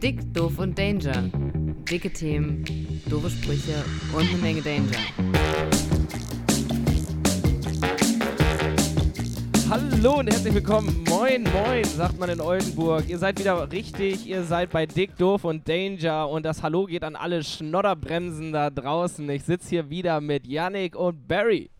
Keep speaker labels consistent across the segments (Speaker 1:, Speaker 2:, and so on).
Speaker 1: Dick, Doof und Danger. Dicke Themen, doofe Sprüche und eine Menge Danger.
Speaker 2: Hallo und herzlich willkommen. Moin, moin, sagt man in Oldenburg. Ihr seid wieder richtig. Ihr seid bei Dick, Doof und Danger. Und das Hallo geht an alle Schnodderbremsen da draußen. Ich sitze hier wieder mit Yannick und Barry.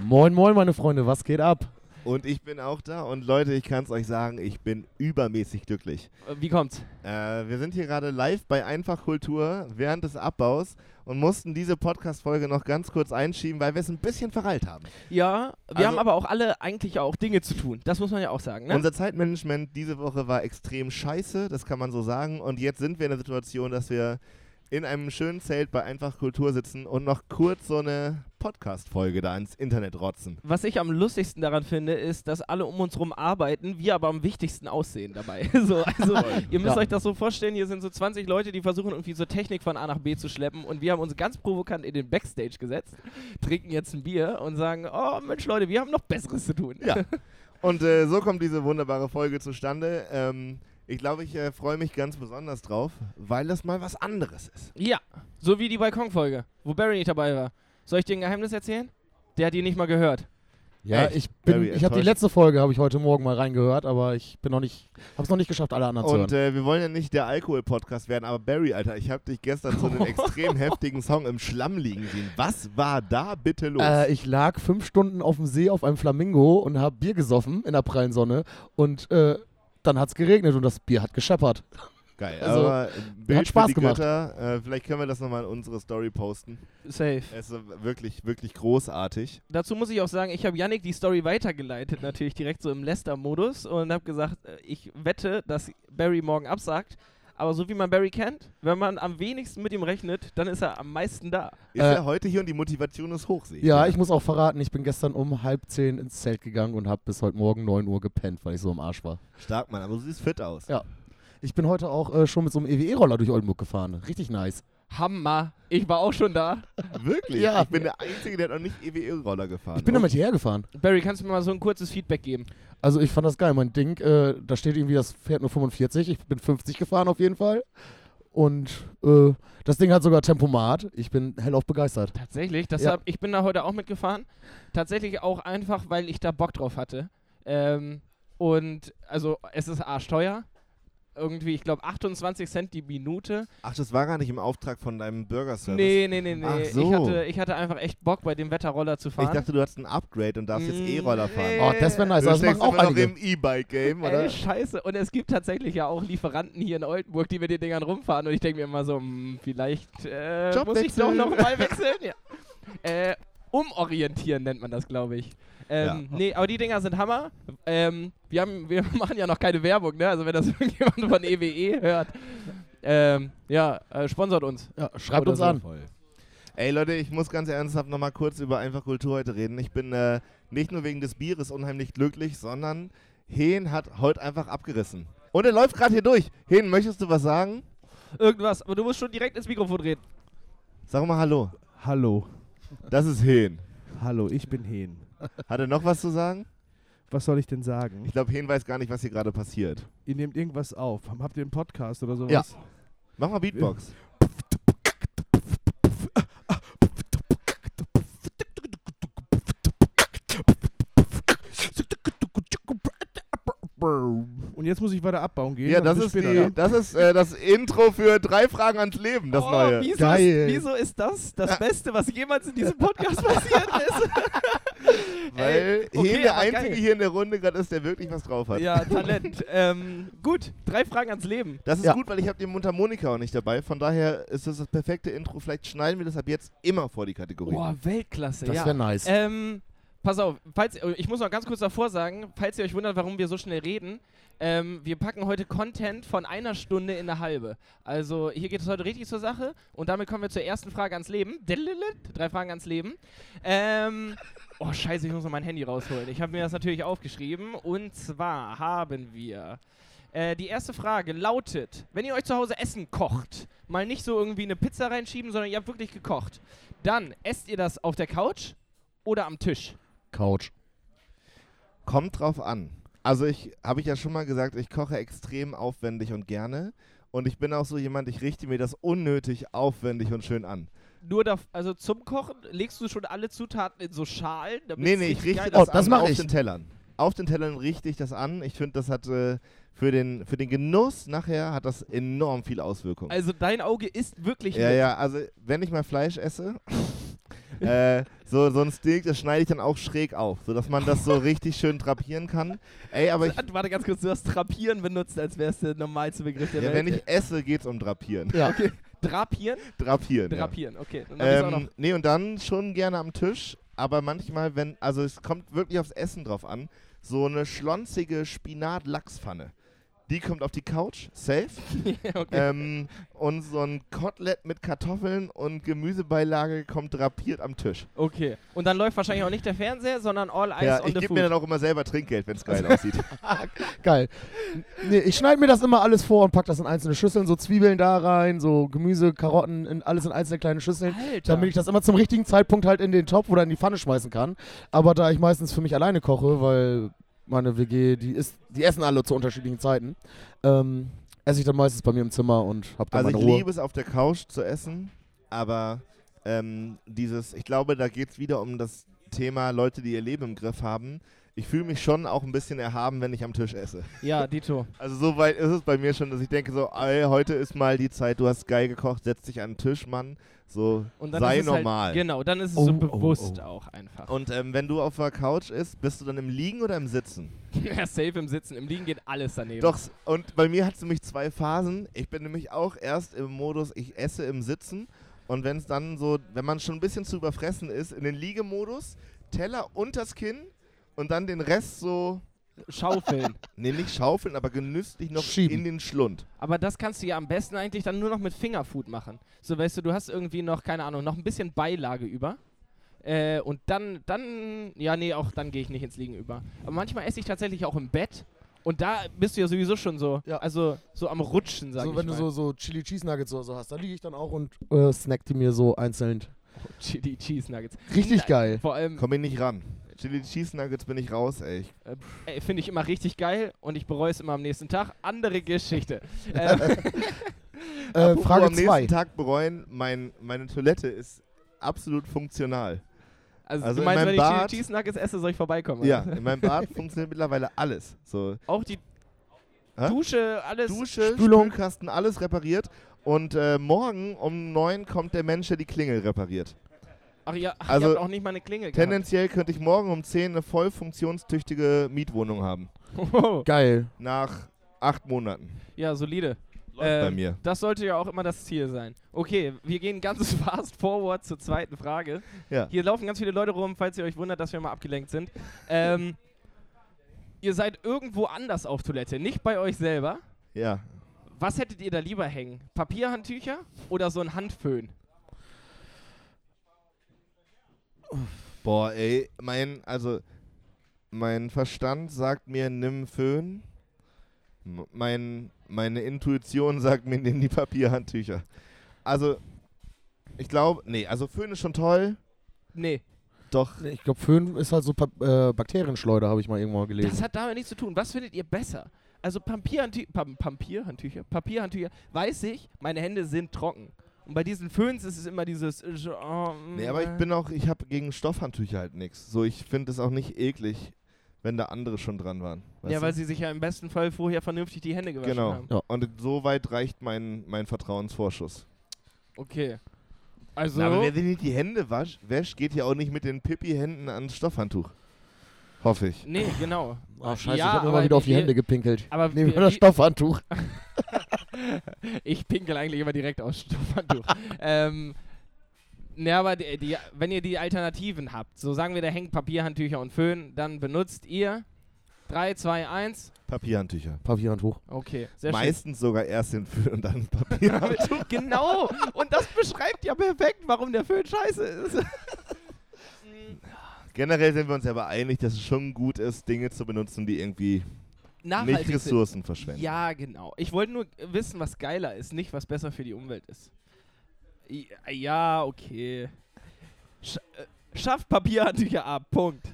Speaker 3: Moin, moin, meine Freunde, was geht ab?
Speaker 4: Und ich bin auch da und Leute, ich kann es euch sagen, ich bin übermäßig glücklich.
Speaker 2: Äh, Wie kommt's?
Speaker 4: Äh, wir sind hier gerade live bei Einfachkultur während des Abbaus und mussten diese Podcast-Folge noch ganz kurz einschieben, weil wir es ein bisschen verreilt haben.
Speaker 2: Ja, wir
Speaker 4: Also-
Speaker 2: haben aber auch alle eigentlich auch Dinge zu tun. Das muss man ja auch sagen, ne?
Speaker 4: Unser Zeitmanagement diese Woche war extrem scheiße, das kann man so sagen. Und jetzt sind wir in der Situation, dass wir in einem schönen Zelt bei Einfachkultur sitzen und noch kurz so eine Podcast-Folge da ins Internet rotzen.
Speaker 2: Was ich am lustigsten daran finde, ist, dass alle um uns rum arbeiten, wir aber am wichtigsten aussehen dabei. so, also, ihr müsst
Speaker 3: Ja.
Speaker 2: euch das so vorstellen, hier sind so 20 Leute, die versuchen irgendwie so Technik von A nach B zu schleppen und wir haben uns ganz provokant in den Backstage gesetzt, trinken jetzt ein Bier und sagen, oh Mensch Leute, wir haben noch Besseres zu tun.
Speaker 4: Ja. Und äh, so kommt diese wunderbare Folge zustande. Ähm, ich glaube, ich äh, freue mich ganz besonders drauf, weil das mal was anderes ist.
Speaker 2: ja, so wie die Balkonfolge, wo Barry nicht dabei war. Soll ich dir ein Geheimnis erzählen? Der hat die nicht mal gehört.
Speaker 3: Ja,
Speaker 4: Echt?
Speaker 3: ich
Speaker 4: Very
Speaker 3: bin, ich habe die
Speaker 4: enttäuscht.
Speaker 3: letzte Folge habe ich heute Morgen mal reingehört, aber ich bin noch nicht, habe es noch nicht geschafft, alle anderen
Speaker 4: Und
Speaker 3: zu hören.
Speaker 4: äh, wir wollen ja nicht der Alkohol-Podcast werden, aber Barry, Alter, ich habe dich gestern so einen extrem heftigen Song im Schlamm liegen sehen. Was war da bitte los?
Speaker 3: Äh, ich lag fünf Stunden auf dem See auf einem Flamingo und habe Bier gesoffen in der prallen Sonne und äh, dann hat es geregnet und das Bier hat gescheppert.
Speaker 4: Geil.
Speaker 3: also,
Speaker 4: aber Bild
Speaker 3: hat Spaß
Speaker 4: für die
Speaker 3: gemacht.
Speaker 4: Götter. Äh, vielleicht können wir das nochmal in unsere Story posten.
Speaker 2: Safe.
Speaker 4: Es ist wirklich, wirklich großartig.
Speaker 2: Dazu muss ich auch sagen, ich habe Yannick die Story weitergeleitet, natürlich direkt so im Lester-Modus und habe gesagt, äh, ich wette, dass Barry morgen absagt. Aber so wie man Barry kennt, wenn man am wenigsten mit ihm rechnet, dann ist er am meisten da.
Speaker 4: Ist
Speaker 3: Äh,
Speaker 4: er heute hier und die Motivation ist hoch, sehe ich.
Speaker 3: Ja,
Speaker 4: gerade.
Speaker 3: ich muss auch verraten, ich bin gestern um halb zehn ins Zelt gegangen und habe bis heute Morgen 9 Uhr gepennt, weil ich so im Arsch war.
Speaker 4: Stark, Mann, aber du siehst fit aus.
Speaker 3: Ja. Ich bin heute auch äh, schon mit so einem EWE-Roller durch Oldenburg gefahren. Richtig nice.
Speaker 2: Hammer, ich war auch schon da.
Speaker 4: Wirklich?
Speaker 3: Ja.
Speaker 4: Ich bin der Einzige, der hat noch nicht EWE-Roller gefahren.
Speaker 3: Ich bin damit hierher gefahren.
Speaker 2: Barry, kannst du mir mal so ein kurzes Feedback geben?
Speaker 3: Also ich fand das geil. Mein Ding, äh, da steht irgendwie, das fährt nur 45. Ich bin 50 gefahren auf jeden Fall. Und äh, das Ding hat sogar Tempomat. Ich bin hellauf begeistert.
Speaker 2: Tatsächlich, deshalb, ich bin da heute auch mitgefahren. Tatsächlich auch einfach, weil ich da Bock drauf hatte. Ähm, und also es ist arschteuer. Irgendwie, ich glaube, 28 Cent die Minute.
Speaker 4: Ach, das war gar nicht im Auftrag von deinem Burger-Service.
Speaker 2: Nee, nee, nee, nee.
Speaker 4: Ach
Speaker 2: ich,
Speaker 4: so.
Speaker 2: hatte, ich hatte einfach echt Bock, bei dem Wetter Roller zu fahren.
Speaker 4: Ich dachte, du hattest ein Upgrade und darfst jetzt
Speaker 2: Mm,
Speaker 4: E-Roller fahren.
Speaker 2: nee.
Speaker 3: Oh, das wäre nice.
Speaker 4: du
Speaker 3: Das machen
Speaker 4: steckst
Speaker 3: auch
Speaker 4: immer noch
Speaker 3: einige.
Speaker 4: im E-Bike-Game, oder?
Speaker 2: Ey, scheiße. Und es gibt tatsächlich ja auch Lieferanten hier in Oldenburg, die mit den Dingern rumfahren. Und ich denke mir immer so, hm, vielleicht äh, muss ich doch
Speaker 4: Jobwechsel.
Speaker 2: noch mal wechseln. ja. äh, umorientieren nennt man das, glaube ich. Ähm, Nee, aber die Dinger sind Hammer. Ähm, wir, haben, wir machen ja noch keine Werbung, ne? Also wenn das irgendjemand von EWE hört. Ähm, ja, äh, sponsort uns.
Speaker 3: Ja, schreibt
Speaker 2: Oder
Speaker 3: uns
Speaker 2: so.
Speaker 3: an.
Speaker 4: Ey Leute, ich muss ganz ernsthaft nochmal kurz über einfach Kultur heute reden. Ich bin äh, nicht nur wegen des Bieres unheimlich glücklich, sondern Heen hat heute einfach abgerissen. Und er läuft gerade hier durch. Heen, möchtest du was sagen?
Speaker 2: Irgendwas. Aber du musst schon direkt ins Mikrofon reden.
Speaker 4: Sag mal Hallo.
Speaker 5: Hallo,
Speaker 4: Das ist Heen.
Speaker 5: hallo, ich bin Hehn.
Speaker 4: Hat er noch was zu sagen?
Speaker 5: Was soll ich denn sagen?
Speaker 4: Ich glaube, Heen weiß gar nicht, was hier gerade passiert.
Speaker 5: Ihr nehmt irgendwas auf. Habt ihr einen Podcast oder sowas?
Speaker 3: Ja.
Speaker 4: Mach mal Beatbox.
Speaker 5: Und jetzt muss ich weiter abbauen gehen.
Speaker 4: Ja,
Speaker 5: dann
Speaker 4: das ist,
Speaker 5: bis später,
Speaker 4: die, das, ist äh, das Intro für drei Fragen ans Leben, das
Speaker 2: oh,
Speaker 4: neue.
Speaker 2: Wieso,
Speaker 3: Geil.
Speaker 2: Ist, wieso ist das das Beste, was jemals in diesem Podcast passiert ist?
Speaker 4: Weil
Speaker 2: okay,
Speaker 4: Heen der
Speaker 2: aber
Speaker 4: Einzige
Speaker 2: geil.
Speaker 4: hier in der Runde gerade ist, der wirklich was drauf hat.
Speaker 2: ja, Talent. Ähm, gut, drei Fragen ans Leben.
Speaker 4: Das ist
Speaker 3: Ja.
Speaker 4: gut, weil ich habe den Mundharmonika auch nicht dabei. Von daher ist das das perfekte Intro. Vielleicht schneiden wir das ab jetzt immer vor die Kategorie.
Speaker 2: Boah, Weltklasse,
Speaker 3: Das
Speaker 2: ja.
Speaker 3: wäre nice.
Speaker 2: Ähm, pass auf, falls, äh, ich muss noch ganz kurz davor sagen, falls ihr euch wundert, warum wir so schnell reden, ähm, wir packen heute Content von einer Stunde in eine halbe. Also hier geht es heute richtig zur Sache und damit kommen wir zur ersten Frage ans Leben. Diddelilit, Drei Fragen ans Leben. Ähm, oh scheiße, ich muss noch mein Handy rausholen. Ich habe mir das natürlich aufgeschrieben und zwar haben wir... Äh, die erste Frage lautet, wenn ihr euch zu Hause Essen kocht, mal nicht so irgendwie eine Pizza reinschieben, sondern ihr habt wirklich gekocht, dann esst ihr das auf der Couch oder am Tisch?
Speaker 3: Couch.
Speaker 4: Kommt drauf an. Also ich habe ich ja schon mal gesagt, ich koche extrem aufwendig und gerne. Und ich bin auch so jemand, ich richte mir das unnötig aufwendig und schön an.
Speaker 2: Nur da, also zum Kochen legst du schon alle Zutaten in so Schalen? damit's
Speaker 4: Nee, nee, ich
Speaker 2: richtig
Speaker 4: richte
Speaker 2: geil
Speaker 4: das,
Speaker 3: Oh, das
Speaker 4: an
Speaker 3: mach
Speaker 4: auf
Speaker 3: ich.
Speaker 4: den Tellern. Auf den Tellern richte ich das an. Ich finde, das hat äh, für, den, für den Genuss nachher hat das enorm viel Auswirkungen.
Speaker 2: Also dein Auge ist wirklich
Speaker 4: ja,
Speaker 2: mit.
Speaker 4: ja, also wenn ich mal Fleisch esse, äh, so, so ein Steak, das schneide ich dann auch schräg auf, sodass man das so richtig schön drapieren kann. Ey, aber ich,
Speaker 2: Ah, Warte ganz kurz, du hast drapieren benutzt, als wäre es der normalste Begriff der
Speaker 4: ja,
Speaker 2: Welt.
Speaker 4: wenn ich esse, geht's um drapieren.
Speaker 3: Ja.
Speaker 2: drapieren?
Speaker 4: Drapieren. ja.
Speaker 2: Drapieren, okay. Dann hab ich's auch noch.
Speaker 4: Ähm, nee, und dann schon gerne am Tisch, aber manchmal, wenn, also es kommt wirklich aufs Essen drauf an, so eine schlonzige Spinat-Lachspfanne. Die kommt auf die Couch, safe.
Speaker 2: Ja, okay.
Speaker 4: ähm, und so ein Kotelett mit Kartoffeln und Gemüsebeilage kommt drapiert am Tisch.
Speaker 2: okay. Und dann läuft wahrscheinlich auch nicht der Fernseher, sondern All Eyes
Speaker 4: Ja,
Speaker 2: on
Speaker 4: ich
Speaker 2: the
Speaker 4: gebe
Speaker 2: Food.
Speaker 4: mir dann auch immer selber Trinkgeld, wenn es geil aussieht.
Speaker 3: Geil. Nee, ich schneide mir das immer alles vor und pack das in einzelne Schüsseln, so Zwiebeln da rein, so Gemüse, Karotten, in, alles in einzelne kleine Schüsseln,
Speaker 2: Alter.
Speaker 3: damit ich das immer zum richtigen Zeitpunkt halt in den Topf oder in die Pfanne schmeißen kann. Aber da ich meistens für mich alleine koche, weil meine WG, die ist, die essen alle zu unterschiedlichen Zeiten, ähm, esse ich dann meistens bei mir im Zimmer und hab dann
Speaker 4: Also ich
Speaker 3: meine Ruhe.
Speaker 4: liebe es auf der Couch zu essen, aber ähm, dieses, ich glaube, da geht es wieder um das Thema Leute, die ihr Leben im Griff haben. Ich fühle mich schon auch ein bisschen erhaben, wenn ich am Tisch esse.
Speaker 2: ja, Dito.
Speaker 4: Also so weit ist es bei mir schon, dass ich denke so, ey, heute ist mal die Zeit, du hast geil gekocht, setz dich an den Tisch, Mann. So,
Speaker 2: Und dann
Speaker 4: sei
Speaker 2: ist es
Speaker 4: normal.
Speaker 2: Halt, genau, dann ist es
Speaker 3: Oh,
Speaker 2: so
Speaker 3: oh,
Speaker 2: bewusst
Speaker 3: oh.
Speaker 2: auch einfach.
Speaker 4: Und ähm, wenn du auf der Couch ist, bist du dann im Liegen oder im Sitzen?
Speaker 2: Ja, safe im Sitzen, im Liegen geht alles daneben.
Speaker 4: Doch, s- und bei mir hat es nämlich zwei Phasen. Ich bin nämlich auch erst im Modus, ich esse im Sitzen. Und wenn es dann so, wenn man schon ein bisschen zu überfressen ist, in den Liegemodus, Teller unters Kinn und dann den Rest so,
Speaker 2: Schaufeln.
Speaker 4: nee, nicht schaufeln, aber genüsslich noch
Speaker 3: Schieben.
Speaker 4: in den Schlund.
Speaker 2: Aber das kannst du ja am besten eigentlich dann nur noch mit Fingerfood machen. So, weißt du, du hast irgendwie noch, keine Ahnung, noch ein bisschen Beilage über. Äh, und dann, dann, ja, nee, auch dann gehe ich nicht ins Liegen über. Aber manchmal esse ich tatsächlich auch im Bett. Und da bist du ja sowieso schon so,
Speaker 3: Ja.
Speaker 2: also so am Rutschen, sag
Speaker 3: So,
Speaker 2: ich
Speaker 3: wenn du
Speaker 2: mal.
Speaker 3: so, so Chili Cheese Nuggets oder so hast, da liege ich dann auch und äh, snack die mir so einzeln.
Speaker 2: Chili Cheese Nuggets.
Speaker 3: Richtig
Speaker 2: Nein.
Speaker 3: geil.
Speaker 2: Vor allem
Speaker 4: Komm ich nicht ran. Chili Cheese Nuggets bin ich raus, ey. Ich
Speaker 2: äh, finde ich immer richtig geil und ich bereue es immer am nächsten Tag. Andere Geschichte. ähm,
Speaker 3: Äh,
Speaker 4: Apropos
Speaker 3: Frage
Speaker 4: am nächsten
Speaker 3: 2.
Speaker 4: Tag bereuen, mein, meine Toilette ist absolut funktional.
Speaker 2: also,
Speaker 4: Also
Speaker 2: du
Speaker 4: in
Speaker 2: meinst,
Speaker 4: meinem
Speaker 2: wenn ich Chili
Speaker 4: Bad-
Speaker 2: Cheese Nuggets esse, soll ich vorbeikommen?
Speaker 4: Ja,
Speaker 2: oder?
Speaker 4: in meinem Bad funktioniert mittlerweile alles. So
Speaker 2: Auch die
Speaker 4: Hä?
Speaker 2: Dusche, alles.
Speaker 4: Dusche,
Speaker 3: Spülung.
Speaker 4: Spülkasten, alles repariert. Und äh, morgen um neun kommt der Mensch, der die Klingel repariert.
Speaker 2: Ach ja, ach,
Speaker 4: Also,
Speaker 2: ihr habt auch nicht mal eine Klingel gehabt.
Speaker 4: Tendenziell könnte ich morgen um zehn eine voll funktionstüchtige Mietwohnung haben.
Speaker 2: Wow.
Speaker 3: Geil.
Speaker 4: Nach acht Monaten.
Speaker 2: ja, solide. Ähm,
Speaker 4: Läuft
Speaker 2: Äh,
Speaker 4: bei mir.
Speaker 2: Das sollte ja auch immer das Ziel sein. Okay, wir gehen ganz fast forward zur zweiten Frage.
Speaker 4: Ja.
Speaker 2: Hier laufen ganz viele Leute rum, falls ihr euch wundert, dass wir mal abgelenkt sind. Ähm, ihr seid irgendwo anders auf Toilette, nicht bei euch selber.
Speaker 4: Ja.
Speaker 2: Was hättet ihr da lieber hängen? Papierhandtücher oder so ein Handföhn?
Speaker 4: Boah, ey, mein, also, mein Verstand sagt mir, nimm Föhn. M- Mein, meine Intuition sagt mir, nimm die Papierhandtücher. Also, ich glaube, nee, also Föhn ist schon toll,
Speaker 2: Nee,
Speaker 4: doch.
Speaker 3: Ich glaube, Föhn ist halt so Pap äh, Bakterienschleuder, habe ich mal irgendwann gelesen.
Speaker 2: das hat damit nichts zu tun. Was findet ihr besser? Also Papierhandtü Pam Papierhandtücher, Papierhandtücher, weiß ich, meine Hände sind trocken. Und bei diesen Föhns ist es immer dieses... äh, oh,
Speaker 4: Nee, aber ich bin auch, ich habe gegen Stoffhandtücher halt nichts. So, ich finde es auch nicht eklig, wenn da andere schon dran waren.
Speaker 2: ja,
Speaker 4: weißt
Speaker 2: weil
Speaker 4: du?
Speaker 2: sie sich ja im besten Fall vorher vernünftig die Hände gewaschen
Speaker 4: Genau.
Speaker 2: haben.
Speaker 3: Ja.
Speaker 4: Und so weit reicht mein, mein Vertrauensvorschuss.
Speaker 2: Okay. Also,
Speaker 4: Na, aber wer sich nicht die Hände wasch, wäscht, geht ja auch nicht mit den Pipi-Händen ans Stoffhandtuch. Hoffe ich.
Speaker 2: nee, genau.
Speaker 3: Ah,
Speaker 2: Ja,
Speaker 3: scheiße, ich habe mir
Speaker 2: aber
Speaker 3: mal wieder auf die
Speaker 2: wir-
Speaker 3: Hände gepinkelt.
Speaker 2: Aber
Speaker 3: Nehmen wir
Speaker 2: wir-
Speaker 3: das Stoffhandtuch.
Speaker 2: ich pinkel eigentlich immer direkt aus Stoffhandtuch. ähm, ne, aber die, die, wenn ihr die Alternativen habt, so sagen wir, da hängen Papierhandtücher und Föhn, dann benutzt ihr 3, 2, 1.
Speaker 4: Papierhandtücher.
Speaker 3: Papierhandtuch.
Speaker 2: Okay, sehr
Speaker 4: Meistens sogar erst den Föhn und dann
Speaker 2: schön.
Speaker 4: Papier.
Speaker 2: Handtuch, genau. Und das beschreibt ja perfekt, warum der Föhn scheiße ist.
Speaker 4: Generell sind wir uns aber einig, dass es schon gut ist, Dinge zu benutzen, die irgendwie nicht
Speaker 2: Nachhaltig sind.
Speaker 4: Ressourcen verschwenden.
Speaker 2: Ja, genau. Ich wollte nur wissen, was geiler ist, nicht was besser für die Umwelt ist. I- Ja, okay. Sch äh, schafft Papierhandtücher ab, Punkt.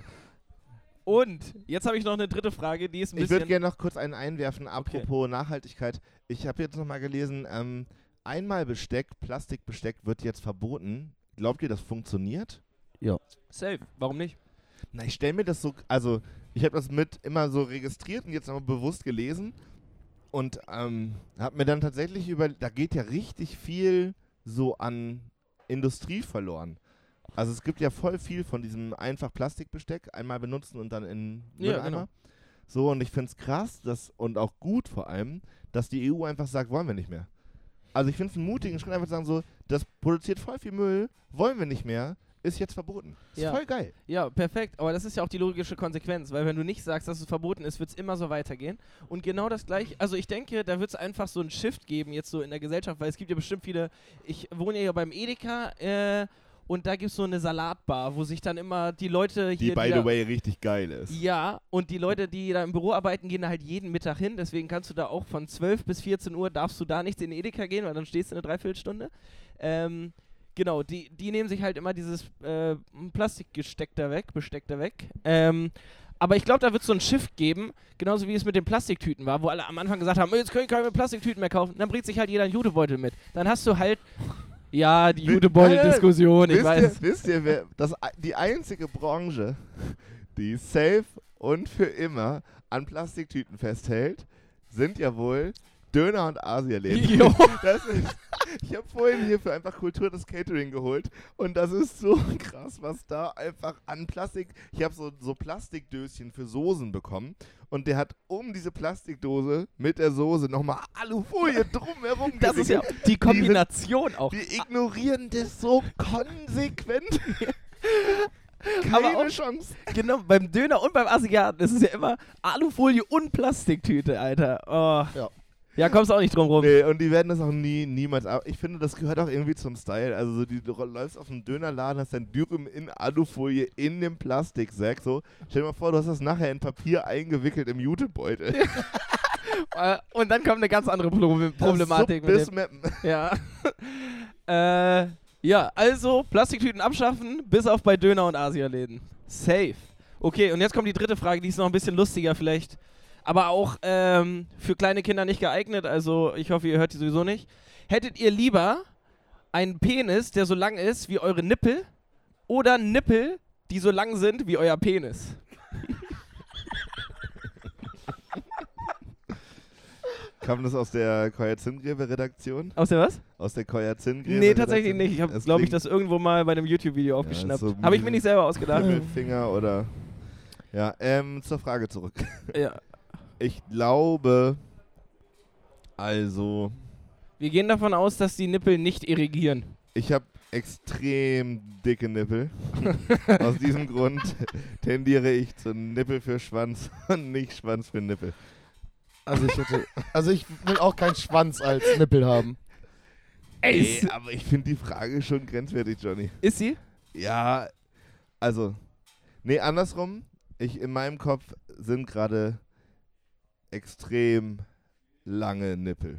Speaker 2: Und jetzt habe ich noch eine dritte Frage, die ist ein
Speaker 4: Ich
Speaker 2: bisschen.
Speaker 4: würde gerne noch kurz einen einwerfen, apropos Nachhaltigkeit. Ich habe jetzt nochmal gelesen, ähm, einmal Besteck, Plastikbesteck wird jetzt verboten. Glaubt ihr, das funktioniert?
Speaker 2: Safe. Warum nicht?
Speaker 4: Na, ich stelle mir das so, also ich habe das mit immer so registriert und jetzt nochmal bewusst gelesen und ähm, habe mir dann tatsächlich über, da geht ja richtig viel so an Industrie verloren. Also es gibt ja voll viel von diesem einfach Plastikbesteck, einmal benutzen und dann in
Speaker 2: Ja,
Speaker 4: Mülleimer.
Speaker 2: genau.
Speaker 4: So, und ich finde es krass, dass, und auch gut vor allem, dass die EU einfach sagt, wollen wir nicht mehr. Also ich finde es einen mutigen Schritt, einfach zu sagen so, das produziert voll viel Müll, wollen wir nicht mehr, ist jetzt verboten. Ist
Speaker 2: Ja.
Speaker 4: voll geil.
Speaker 2: Ja, perfekt. Aber das ist ja auch die logische Konsequenz, weil wenn du nicht sagst, dass es verboten ist, wird es immer so weitergehen. Und genau das gleiche, also ich denke, da wird es einfach so einen Shift geben jetzt so in der Gesellschaft, weil es gibt ja bestimmt viele, ich wohne ja beim Edeka äh, und da gibt es so eine Salatbar, wo sich dann immer die Leute hier... da-
Speaker 4: way richtig geil ist.
Speaker 2: Ja, und die Leute, die da im Büro arbeiten, gehen da halt jeden Mittag hin. Deswegen kannst du da auch von 12 bis 14 Uhr darfst du da nicht in den Edeka gehen, weil dann stehst du eine Dreiviertelstunde. Ähm, genau, die, die nehmen sich halt immer dieses äh, Plastikgesteck da weg, Besteck da weg. Ähm, aber ich glaube, da wird es so ein Shift geben, genauso wie es mit den Plastiktüten war, wo alle am Anfang gesagt haben, jetzt können wir keine Plastiktüten mehr kaufen. Dann bringt sich halt jeder einen Jutebeutel mit. Dann hast du halt, ja, die
Speaker 4: Wi-
Speaker 2: Jutebeutel-Diskussion, ich
Speaker 4: wisst,
Speaker 2: weiß.
Speaker 4: Ihr, wisst ihr, wer, das, die einzige Branche, die safe und für immer an Plastiktüten festhält, sind ja wohl Döner und Asialäden.
Speaker 2: Jo.
Speaker 4: Das ist, ich habe vorhin hier für einfach Kultur das Catering geholt und das ist so krass, was da einfach an Plastik. Ich habe so, so Plastikdöschen für Soßen bekommen und der hat um diese Plastikdose mit der Soße nochmal Alufolie drumherum
Speaker 2: Das ist ja
Speaker 4: gewickelt.
Speaker 2: die Kombination auch.
Speaker 4: Wir ignorieren das so konsequent.
Speaker 2: Aber
Speaker 4: Keine
Speaker 2: auch-
Speaker 4: Chance.
Speaker 2: Genau, beim Döner und beim Asiaten ist es ja immer Alufolie und Plastiktüte, Alter. Oh.
Speaker 4: Ja.
Speaker 2: ja, kommst auch nicht drum rum.
Speaker 4: Nee, und die werden das auch nie, niemals ab. Ich finde, das gehört auch irgendwie zum Style. Also, so, die, du läufst auf einen Dönerladen, hast dein Dürüm in Alufolie in dem Plastiksack. So, stell dir mal vor, du hast das nachher in Papier eingewickelt im Jutebeutel.
Speaker 2: Äh, Und dann kommt eine ganz andere Pro Problematik mit
Speaker 4: Das
Speaker 2: dem.
Speaker 4: Subbiss mit-
Speaker 2: Ja. äh, ja, also Plastiktüten abschaffen, bis auf bei Döner und Asialäden. Safe. Okay, und jetzt kommt die dritte Frage, die ist noch ein bisschen lustiger vielleicht. Aber auch ähm, für kleine Kinder nicht geeignet, also ich hoffe, ihr hört die sowieso nicht. Hättet ihr lieber einen Penis, der so lang ist wie eure Nippel, oder Nippel, die so lang sind wie euer Penis?
Speaker 4: Kam das aus der Koyatzingrewe-Redaktion?
Speaker 2: Aus der was?
Speaker 4: Aus der Koyatzingrewe?
Speaker 2: Nee, tatsächlich nicht. Ich habe, glaube ich,
Speaker 4: klingt
Speaker 2: das irgendwo mal bei einem YouTube-Video aufgeschnappt.
Speaker 4: so
Speaker 2: habe ich mir nicht selber ausgedacht.
Speaker 4: Mittelfinger oder. Ja, ähm, zur Frage zurück.
Speaker 2: ja.
Speaker 4: Ich glaube, also,
Speaker 2: Wir gehen davon aus, dass die Nippel nicht irrigieren.
Speaker 4: ich habe extrem dicke Nippel. Aus diesem Grund tendiere ich zu Nippel für Schwanz und nicht Schwanz für Nippel.
Speaker 3: Also ich, hätte, also ich will auch keinen Schwanz als Nippel haben.
Speaker 2: Ey,
Speaker 4: Ey, aber ich finde die Frage schon grenzwertig, Johnny.
Speaker 2: ist sie?
Speaker 4: Ja, also, nee, andersrum. Ich, in meinem Kopf sind gerade extrem lange Nippel.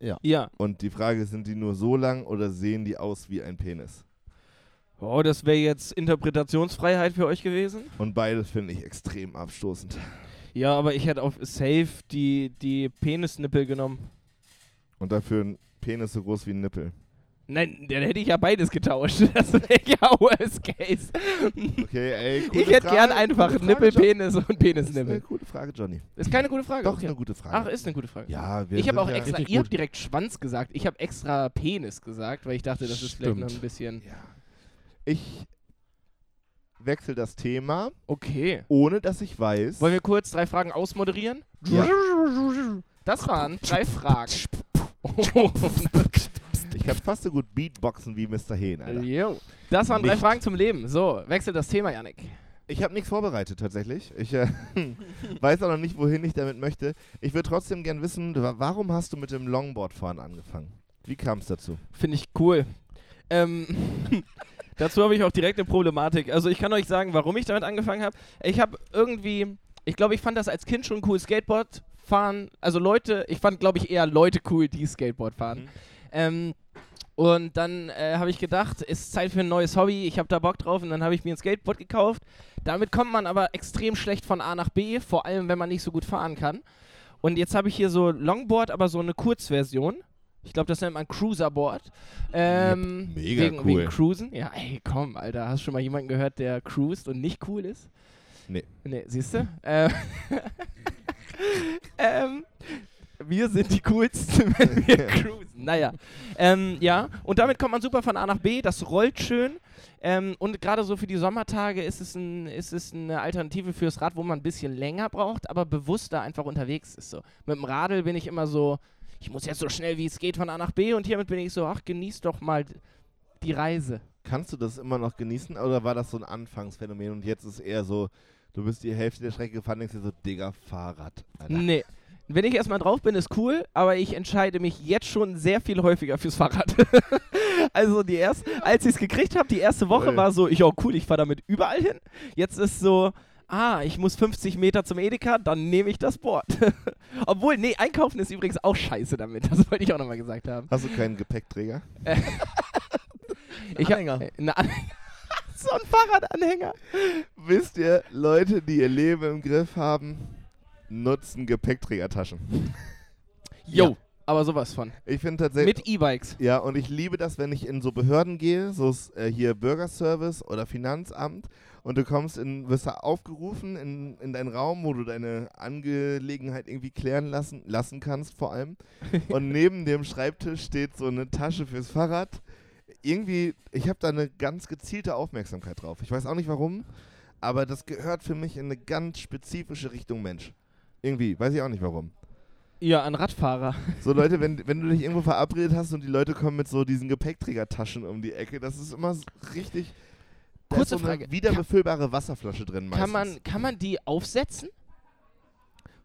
Speaker 2: Ja.
Speaker 4: Und die Frage ist, sind die nur so lang oder sehen die aus wie ein Penis?
Speaker 2: Oh, das wäre jetzt Interpretationsfreiheit für euch gewesen.
Speaker 4: Und beides finde ich extrem abstoßend.
Speaker 2: Ja, aber ich hätte auf Safe die, die Penisnippel genommen.
Speaker 4: Und dafür ein Penis so groß wie ein Nippel.
Speaker 2: Nein, dann hätte ich ja beides getauscht. Das wäre ja Worst Case.
Speaker 4: Okay, ey, coole
Speaker 2: ich hätte
Speaker 4: Frage,
Speaker 2: gern
Speaker 4: coole
Speaker 2: einfach
Speaker 4: Frage,
Speaker 2: Nippel,
Speaker 4: Johnny.
Speaker 2: Penis und
Speaker 4: Das ist eine
Speaker 2: Penisnippel.
Speaker 4: coole Frage, Johnny.
Speaker 2: Ist keine gute Frage.
Speaker 4: Doch,
Speaker 2: okay.
Speaker 4: eine gute
Speaker 2: Ach,
Speaker 4: Frage.
Speaker 2: ist eine gute Frage.
Speaker 4: ja, wir
Speaker 2: Ich habe
Speaker 4: sind
Speaker 2: auch
Speaker 4: ja
Speaker 2: extra,
Speaker 3: richtig
Speaker 2: ihr
Speaker 3: gut.
Speaker 2: habt direkt Schwanz gesagt, ich habe extra Penis gesagt, weil ich dachte, das ist vielleicht noch ein
Speaker 3: Stimmt.
Speaker 2: bisschen.
Speaker 4: Ja. Ich wechsle das Thema,
Speaker 2: Okay.
Speaker 4: ohne dass ich weiß.
Speaker 2: Wollen wir kurz drei Fragen ausmoderieren?
Speaker 4: ja,
Speaker 2: Das waren drei Fragen.
Speaker 4: ich kann fast so gut Beatboxen wie Mr. Hehn, Alter.
Speaker 2: Jo. Das waren drei
Speaker 4: Nicht.
Speaker 2: Fragen zum Leben. So, wechselt das Thema, Janik.
Speaker 4: Ich habe nichts vorbereitet tatsächlich. Ich äh, weiß auch noch nicht, wohin ich damit möchte. Ich würde trotzdem gern wissen, wa- warum hast du mit dem Longboardfahren angefangen? Wie kam es dazu?
Speaker 2: Finde ich cool. Ähm, dazu habe ich auch direkt eine Problematik. Also ich kann euch sagen, warum ich damit angefangen habe. Ich habe irgendwie, ich glaube, ich fand das als Kind schon cool, Skateboard fahren. Also Leute, ich fand, glaube ich, eher Leute cool, die Skateboard fahren.
Speaker 4: Mhm.
Speaker 2: Ähm, Und dann äh, habe ich gedacht, ist Zeit für ein neues Hobby, ich habe da Bock drauf und dann habe ich mir ein Skateboard gekauft. Damit kommt man aber extrem schlecht von A nach B, vor allem wenn man nicht so gut fahren kann. Und jetzt habe ich hier so Longboard, aber so eine Kurzversion. Ich glaube, das nennt man Cruiserboard. Ähm,
Speaker 4: Mega
Speaker 2: wegen,
Speaker 4: cool.
Speaker 2: Wegen Cruisen. Ja, ey, komm, Alter. Hast du schon mal jemanden gehört, der cruised und nicht cool ist?
Speaker 4: Nee.
Speaker 2: Nee, siehst du? ähm, ähm, wir sind die coolsten, wenn wir cruisen. Naja. Ähm, ja, und damit kommt man super von A nach B. Das rollt schön. Ähm, und gerade so für die Sommertage ist es, ein, ist es eine Alternative fürs Rad, wo man ein bisschen länger braucht, aber bewusster einfach unterwegs ist. So. Mit dem Radl bin ich immer so, ich muss jetzt so schnell wie es geht von A nach B und hiermit bin ich so, ach, genieß doch mal die Reise.
Speaker 4: Kannst du das immer noch genießen oder war das so ein Anfangsphänomen und jetzt ist eher so, du bist die Hälfte der Strecke gefahren, denkst dir so, Digga, Fahrrad. Alter.
Speaker 2: Nee. Wenn ich erstmal drauf bin, ist cool, aber ich entscheide mich jetzt schon sehr viel häufiger fürs Fahrrad. also die erste, als ich es gekriegt habe, die erste Woche
Speaker 4: Voll.
Speaker 2: war so, ich auch cool, ich fahre damit überall hin. Jetzt ist so, ah, ich muss 50 Meter zum Edeka, dann nehme ich das Board. Obwohl, nee, einkaufen ist übrigens auch scheiße damit. Das wollte ich auch nochmal gesagt haben.
Speaker 4: Hast du keinen Gepäckträger?
Speaker 2: Ich
Speaker 3: Anhänger.
Speaker 2: Hab, äh, na, so ein Fahrradanhänger.
Speaker 4: Wisst ihr, Leute, die ihr Leben im Griff haben, nutzen Gepäckträgertaschen.
Speaker 2: Jo,
Speaker 4: Ja.
Speaker 2: aber sowas von.
Speaker 4: Ich finde tatsächlich.
Speaker 2: Mit E-Bikes.
Speaker 4: Ja, und ich liebe das, wenn ich in so Behörden gehe, so s- äh, hier Bürgerservice oder Finanzamt, und du kommst in, wirst da aufgerufen in, in deinen Raum, wo du deine Angelegenheit irgendwie klären lassen, lassen kannst, vor allem. Und neben dem Schreibtisch steht so eine Tasche fürs Fahrrad. Irgendwie, ich habe da eine ganz gezielte Aufmerksamkeit drauf. Ich weiß auch nicht warum, aber das gehört für mich in eine ganz spezifische Richtung Mensch. Irgendwie, weiß ich auch nicht warum.
Speaker 2: Ja, ein Radfahrer.
Speaker 4: So Leute, wenn, wenn du dich irgendwo verabredet hast und die Leute kommen mit so diesen Gepäckträgertaschen um die Ecke, das ist immer so richtig. da
Speaker 2: Kurze
Speaker 4: ist so
Speaker 2: Frage.
Speaker 4: Eine wiederbefüllbare Wasserflasche drin meistens.
Speaker 2: Kann man, kann man die aufsetzen?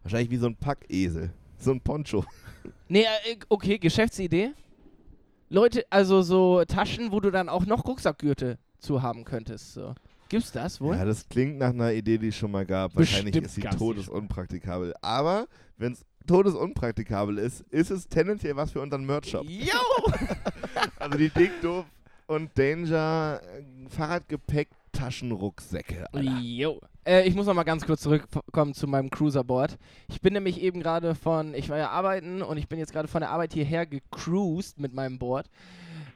Speaker 4: Wahrscheinlich wie so ein Packesel. So ein Poncho.
Speaker 2: Nee, äh, okay, Geschäftsidee. Leute, also so Taschen, wo du dann auch noch Rucksackgürtel zu haben könntest. So. Gibt's das wohl?
Speaker 4: Ja, das klingt nach einer Idee, die es schon mal gab. Wahrscheinlich
Speaker 2: Bestimmt
Speaker 4: ist sie
Speaker 2: gab's die
Speaker 4: todesunpraktikabel. Aber wenn es todesunpraktikabel ist, ist es tendenziell was für unseren Merch-Shop.
Speaker 2: Yo!
Speaker 4: Also die Dick Doof und Danger äh, Fahrradgepäck Taschenrucksäcke. Alter.
Speaker 2: Yo. Äh, ich muss noch mal ganz kurz zurückkommen zu meinem Cruiserboard. Ich bin nämlich eben gerade von, ich war ja arbeiten und ich bin jetzt gerade von der Arbeit hierher gecruised mit meinem Board.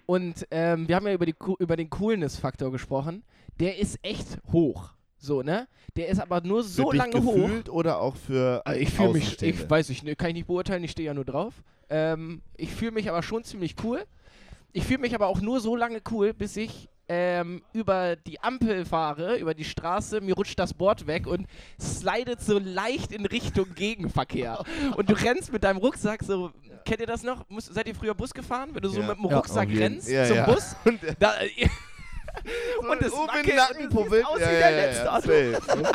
Speaker 2: Und ähm, wir haben ja über, die, Coo- über den Coolness-Faktor gesprochen. Der ist echt hoch. So, ne? Der ist aber nur so
Speaker 4: für dich
Speaker 2: lange hoch.
Speaker 4: gefühlt oder auch für
Speaker 2: Also ich fühle mich,
Speaker 4: Außenstehende?
Speaker 2: ich weiß ich, ne, kann ich nicht beurteilen, ich stehe ja nur drauf. Ähm, ich fühle mich aber schon ziemlich cool. Ich fühle mich aber auch nur so lange cool, bis ich ähm, über die Ampel fahre, über die Straße, mir rutscht das Board weg und slidet so leicht in Richtung Gegenverkehr. Und du rennst mit deinem Rucksack so, kennt ihr das noch? Muss, seid ihr früher Bus gefahren? Wenn du so
Speaker 4: Ja.
Speaker 2: mit dem
Speaker 4: Ja,
Speaker 2: Rucksack
Speaker 4: auf jeden-
Speaker 2: rennst
Speaker 4: ja,
Speaker 2: zum
Speaker 4: ja.
Speaker 2: Bus,
Speaker 4: Und äh,
Speaker 2: da,
Speaker 4: So
Speaker 2: Und es
Speaker 4: oben
Speaker 2: wackelt
Speaker 4: im Nacken
Speaker 2: und es
Speaker 4: puffelt.
Speaker 2: sieht aus wie der letzte also
Speaker 4: safe.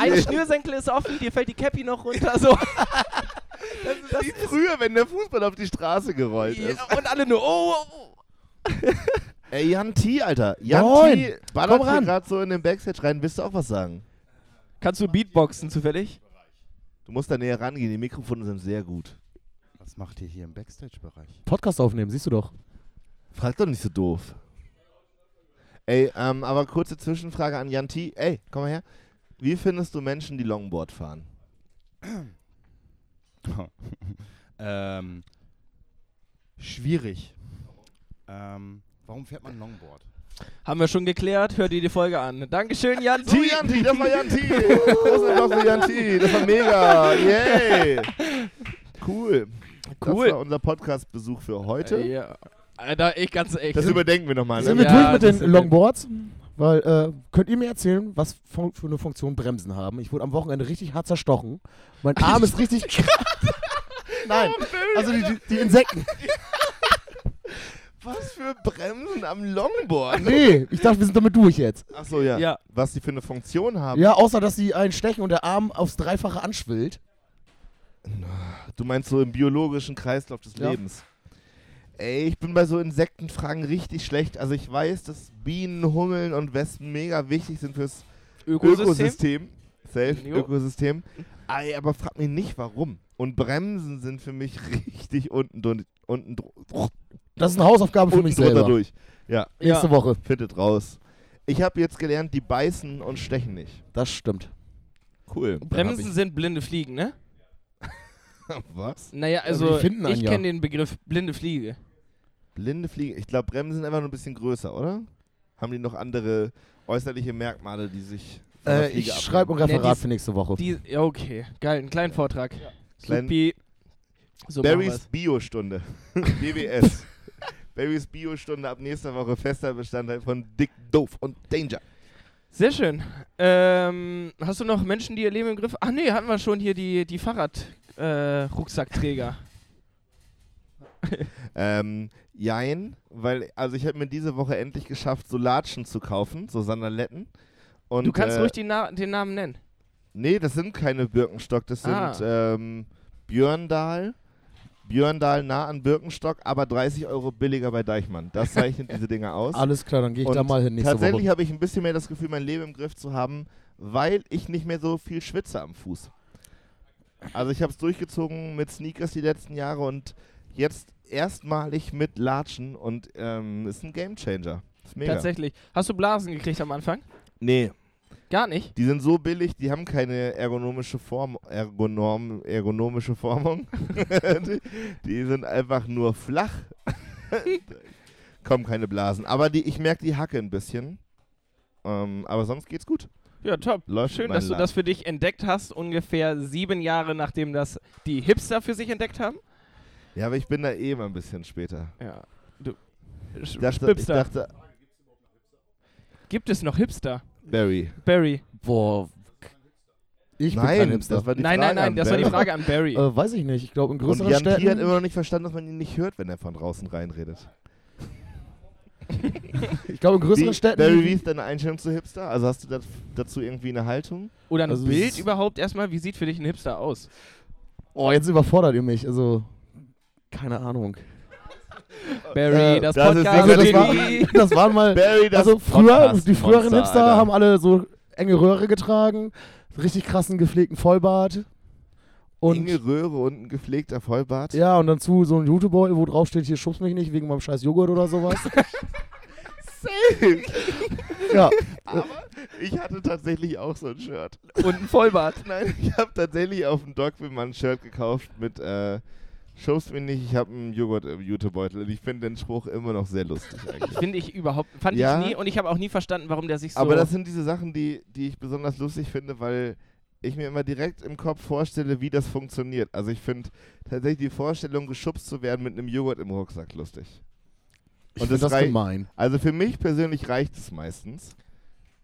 Speaker 2: ein Schnürsenkel ist offen, dir fällt die Cappy noch runter, so.
Speaker 4: Das ist wie früher, wenn der Fußball auf die Straße gerollt ist.
Speaker 2: Ja, und alle nur, oh, oh, oh.
Speaker 4: Ey, Jan T, Alter. Jan
Speaker 3: Moin.
Speaker 4: T ballert
Speaker 3: Komm
Speaker 4: hier
Speaker 3: ran.
Speaker 4: gerade so in den Backstage rein. Willst du auch was sagen?
Speaker 2: Kannst du Beatboxen zufällig?
Speaker 4: Du musst da näher rangehen. Die Mikrofone sind sehr gut.
Speaker 6: Was macht ihr hier im Backstage-Bereich?
Speaker 3: Podcast aufnehmen, siehst du doch.
Speaker 4: Frag doch nicht so doof. Ey, ähm, aber kurze Zwischenfrage an Jan T. Ey, komm mal her. Wie findest du Menschen, die Longboard fahren?
Speaker 6: ähm, schwierig. Ähm, warum fährt man Longboard?
Speaker 2: Haben wir schon geklärt, hör dir die Folge an. Dankeschön, Jan.
Speaker 4: So, Jan T, das war Jan T. Großen Applaus für Jan T. Das war mega. Yay.
Speaker 2: Cool.
Speaker 4: Cool. Das war unser Podcast-Besuch für heute.
Speaker 2: Äh, ja. Alter, ich ganz echt.
Speaker 4: Das überdenken wir nochmal.
Speaker 3: Sind
Speaker 4: Ne?
Speaker 3: wir
Speaker 2: Ja,
Speaker 3: durch mit
Speaker 2: das
Speaker 3: den
Speaker 2: sind wir.
Speaker 3: Longboards? Weil, äh, könnt ihr mir erzählen, was fun- für eine Funktion Bremsen haben? Ich wurde am Wochenende richtig hart zerstochen. Mein Arm ist richtig krass. Nein, also die, die, die Insekten.
Speaker 4: Was für Bremsen am Longboard?
Speaker 3: Nee, ich dachte, wir sind damit durch jetzt.
Speaker 4: Achso, ja.
Speaker 2: Ja.
Speaker 4: Was die für eine Funktion haben.
Speaker 3: Ja, außer, dass sie einen stechen und der Arm aufs Dreifache anschwillt.
Speaker 4: Du meinst so im biologischen Kreislauf des
Speaker 3: Ja.
Speaker 4: Lebens. Ey, ich bin bei so Insektenfragen richtig schlecht. Also ich weiß, dass Bienen, Hummeln und Wespen mega wichtig sind fürs Ökosystem. Safe,
Speaker 2: Jo.
Speaker 4: Ökosystem. Ey, aber frag mich nicht, warum. Und Bremsen sind für mich richtig unten, drun- unten, dr-
Speaker 3: Das ist eine Hausaufgabe für
Speaker 4: unten
Speaker 3: mich
Speaker 4: drunter
Speaker 3: selber.
Speaker 4: durch. Ja,
Speaker 3: Nächste
Speaker 2: Ja.
Speaker 3: Woche.
Speaker 4: findet raus. Ich habe jetzt gelernt, die beißen und stechen nicht.
Speaker 3: Das stimmt.
Speaker 4: Cool.
Speaker 2: Bremsen sind blinde Fliegen, ne?
Speaker 4: Was?
Speaker 2: Naja,
Speaker 3: Also
Speaker 2: also
Speaker 3: die finden einen
Speaker 2: ich
Speaker 3: ja.
Speaker 2: kenne den Begriff blinde Fliege.
Speaker 4: Blinde Fliegen. Ich glaube, Bremsen sind einfach nur ein bisschen größer, oder? Haben die noch andere äußerliche Merkmale, die sich. von der
Speaker 3: Äh, ich
Speaker 4: Fliege abheben?
Speaker 3: schreibe ein
Speaker 2: Ja, die
Speaker 3: Referat
Speaker 2: ist-
Speaker 3: für nächste Woche.
Speaker 2: Die, ja, okay, geil, einen kleinen Vortrag.
Speaker 4: Klein-
Speaker 2: Supi. So machen
Speaker 4: Barrys Bio-Stunde. BBS. Barrys Bio-Stunde ab nächster Woche fester Bestandteil von Dick, Doof und Danger.
Speaker 2: Sehr schön. Ähm, hast du noch Menschen, die ihr Leben im Griff? Ach nee, hatten wir schon hier die, die Fahrradrucksackträger. Äh, Rucksackträger.
Speaker 4: Ähm, jein, weil, also ich habe mir diese Woche endlich geschafft, so Latschen zu kaufen, so Sandaletten. Und,
Speaker 2: du kannst
Speaker 4: äh,
Speaker 2: ruhig die Na den Namen nennen.
Speaker 4: Nee, das sind keine Birkenstock, das sind
Speaker 2: Ah.
Speaker 4: ähm, Björndal. Björndal nah an Birkenstock, aber 30 Euro billiger bei Deichmann. Das zeichnet diese Dinger aus.
Speaker 2: Also
Speaker 3: Alles klar, dann gehe ich
Speaker 4: Und
Speaker 3: da mal hin nächste
Speaker 4: Tatsächlich
Speaker 3: Woche.
Speaker 4: habe ich ein bisschen mehr das Gefühl, mein Leben im Griff zu haben, weil ich nicht mehr so viel schwitze am Fuß. Also ich habe es durchgezogen mit Sneakers die letzten Jahre und jetzt erstmalig mit Latschen und ähm, ist ein Gamechanger. Ist mega.
Speaker 2: Tatsächlich. Hast du Blasen gekriegt am Anfang?
Speaker 4: Nee,
Speaker 2: Gar nicht.
Speaker 4: die sind so billig, die haben keine ergonomische Form, ergonom, ergonomische Formung. die, die sind einfach nur flach. Kommen keine Blasen. Aber die, ich merke die Hacke ein bisschen. Ähm, aber sonst geht's gut.
Speaker 2: Ja, top.
Speaker 4: Läuft
Speaker 2: Schön,
Speaker 4: mein
Speaker 2: dass du
Speaker 4: Laden.
Speaker 2: das für dich entdeckt hast, ungefähr sieben Jahre nachdem das die Hipster für sich entdeckt haben.
Speaker 4: Ja, aber ich bin da eh immer ein bisschen später.
Speaker 2: Ja. Du. Sch
Speaker 4: Ich dachte, ich
Speaker 2: Spipster.
Speaker 4: dachte
Speaker 2: Gibt es noch Hipster?
Speaker 4: Barry.
Speaker 2: Barry.
Speaker 3: Boah. Ich bin kein
Speaker 4: nein,
Speaker 3: Hipster.
Speaker 4: das war die
Speaker 2: nein,
Speaker 4: Frage.
Speaker 2: nein, nein,
Speaker 4: an
Speaker 2: das war
Speaker 4: Barry.
Speaker 2: die Frage an Barry.
Speaker 3: äh, weiß ich nicht. Ich glaube, in
Speaker 4: Und
Speaker 3: größeren
Speaker 4: Jan T. hat
Speaker 3: Städten.
Speaker 4: halt immer noch nicht verstanden, dass man ihn nicht hört, wenn er von draußen reinredet.
Speaker 3: Ich glaube, in größeren
Speaker 4: Wie-
Speaker 3: Städten.
Speaker 4: Barry, wie ist deine Einstellung zu Hipster? Also hast du dat- dazu irgendwie eine Haltung?
Speaker 2: Oder ein
Speaker 3: also es
Speaker 2: Bild
Speaker 3: ist-
Speaker 2: überhaupt erstmal, wie sieht für dich ein Hipster aus?
Speaker 3: oh, jetzt überfordert ihr mich. Also, keine Ahnung.
Speaker 2: Barry,
Speaker 3: Äh,
Speaker 2: das,
Speaker 4: das ist
Speaker 2: Podcast.
Speaker 4: sicher-
Speaker 3: Also, das,
Speaker 2: Genie.
Speaker 3: war, das waren mal.
Speaker 4: Barry, das
Speaker 3: also, früher,
Speaker 4: Podcast-
Speaker 3: die früheren
Speaker 4: Monster,
Speaker 3: Hipster
Speaker 4: Alter.
Speaker 3: haben alle so enge Röhre getragen, richtig krassen, gepflegten Vollbart. Und.
Speaker 4: Inge Röhre und ein gepflegter Vollbart.
Speaker 3: ja, und dazu so ein YouTube-Boy, wo drauf steht, hier schubst mich nicht wegen meinem scheiß Joghurt oder sowas. ja,
Speaker 4: Ich hatte tatsächlich auch so ein Shirt.
Speaker 2: und ein Vollbart.
Speaker 4: Nein, ich habe tatsächlich auf dem Dogville mal ein Shirt gekauft mit äh, Schubst mir nicht, ich habe einen Joghurt im Jutebeutel. Und ich finde den Spruch immer noch sehr lustig eigentlich.
Speaker 2: Finde ich überhaupt, fand
Speaker 4: Ja.
Speaker 2: ich nie und ich habe auch nie verstanden, warum der sich so.
Speaker 4: Aber das sind diese Sachen, die, die ich besonders lustig finde, weil ich mir immer direkt im Kopf vorstelle, wie das funktioniert. Also ich finde tatsächlich die Vorstellung, geschubst zu werden mit einem Joghurt im Rucksack lustig.
Speaker 3: ich
Speaker 4: Und
Speaker 3: find
Speaker 4: das
Speaker 3: das
Speaker 4: rei-
Speaker 3: gemein.
Speaker 4: Also für mich persönlich reicht es meistens.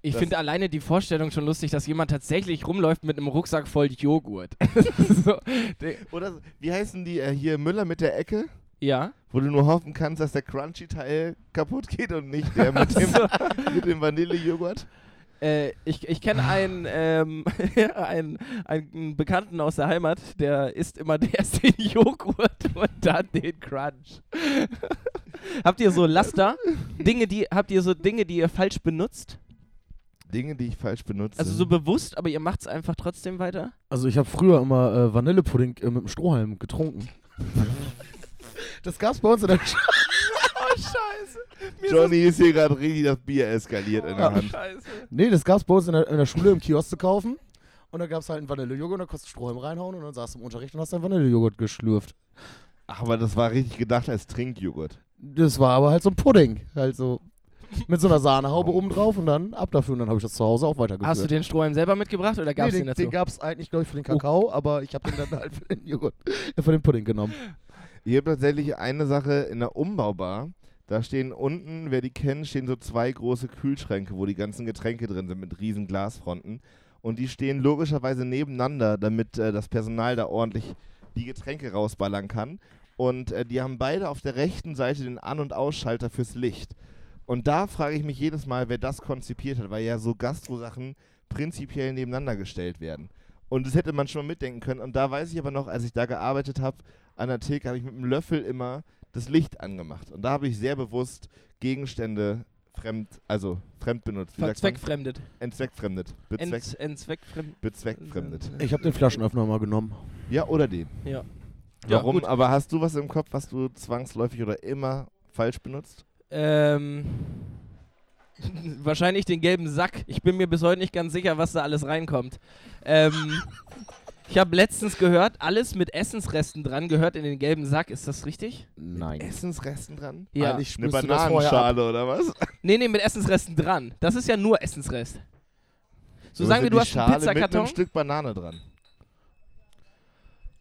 Speaker 2: ich
Speaker 4: das-
Speaker 2: finde alleine die Vorstellung schon lustig, dass jemand tatsächlich rumläuft mit einem Rucksack voll Joghurt. so, de-
Speaker 4: Oder wie heißen die äh, hier Müller mit der Ecke?
Speaker 2: ja.
Speaker 4: Wo du nur hoffen kannst, dass der Crunchy-Teil kaputt geht und nicht der mit dem, mit dem Vanillejoghurt.
Speaker 2: Äh, ich ich kenne einen,
Speaker 3: Ah.
Speaker 2: ähm, einen, einen Bekannten aus der Heimat, der isst immer erst den Joghurt und dann den Crunch. habt ihr so Laster? Dinge, die, habt ihr so Dinge, die ihr falsch benutzt?
Speaker 4: Dinge, die ich falsch benutze.
Speaker 2: Also so bewusst, aber ihr macht es einfach trotzdem weiter?
Speaker 3: Also ich habe früher immer äh, Vanillepudding äh, mit dem Strohhalm getrunken. das gab's bei uns in der Sch
Speaker 4: Johnny ist hier gerade richtig das Bier eskaliert in der
Speaker 3: Oh,
Speaker 4: Hand.
Speaker 2: Scheiße.
Speaker 3: Nee, das gab's bei uns in der, in der Schule im Kiosk zu kaufen. Und da gab's halt einen Vanillejoghurt und da konntest du Strohhalm reinhauen und dann saß du im Unterricht und hast deinen Vanillejoghurt geschlürft.
Speaker 4: Ach, aber das war richtig gedacht als Trinkjoghurt.
Speaker 3: Das war aber halt so ein Pudding. Halt so mit so einer Sahnehaube oben drauf und dann ab dafür. Und dann habe ich das zu Hause auch weitergeführt.
Speaker 2: Hast du den Strohhalm selber mitgebracht oder gab es
Speaker 3: nee,
Speaker 2: den
Speaker 3: den, Oh.
Speaker 2: dazu?
Speaker 3: den gab's eigentlich, glaube ich, für den Kakao, aber ich habe den dann halt für den Joghurt, äh, für den Pudding genommen.
Speaker 4: Ich habe tatsächlich eine Sache in der Umbaubar. Da stehen unten, wer die kennt, stehen so zwei große Kühlschränke, wo die ganzen Getränke drin sind mit riesen Glasfronten. Und die stehen logischerweise nebeneinander, damit äh, das Personal da ordentlich die Getränke rausballern kann. Und äh, die haben beide auf der rechten Seite den An- und Ausschalter fürs Licht. Und da frage ich mich jedes Mal, wer das konzipiert hat, weil ja so Gastro-Sachen prinzipiell nebeneinander gestellt werden. Und das hätte man schon mal mitdenken können. Und da weiß ich aber noch, als ich da gearbeitet habe, an der Theke habe ich mit einem Löffel immer das Licht angemacht. Und da habe ich sehr bewusst Gegenstände fremd, also fremd benutzt. Wie sagt man?
Speaker 2: Verzweckfremdet.
Speaker 4: Entzweckfremdet. Bezweck,
Speaker 2: Ent- Entzweckfremdet.
Speaker 4: bezweckfremdet.
Speaker 3: Ich habe den Flaschenöffner mal genommen.
Speaker 4: Ja, oder den.
Speaker 2: Äh, Ja. Ja,
Speaker 4: Warum?
Speaker 2: gut.
Speaker 4: aber hast du was im Kopf, was du zwangsläufig oder immer falsch benutzt?
Speaker 2: Ähm, wahrscheinlich den gelben Sack. Ich bin mir bis heute nicht ganz sicher, was da alles reinkommt. Ähm, ich habe letztens gehört, alles mit Essensresten dran gehört in den gelben Sack. Ist das richtig?
Speaker 3: Nein.
Speaker 4: Essensresten dran?
Speaker 2: Ja.
Speaker 3: Eigentlich
Speaker 4: Eine
Speaker 3: spürst du das vorher ab.
Speaker 4: Bananenschale oder was?
Speaker 2: Nee, nee, mit Essensresten dran. Das ist ja nur Essensrest. So sagen wir,
Speaker 4: die
Speaker 2: du hast
Speaker 4: Schale
Speaker 2: einen
Speaker 4: mit einem
Speaker 2: Pizzakarton.
Speaker 4: Stück Banane dran.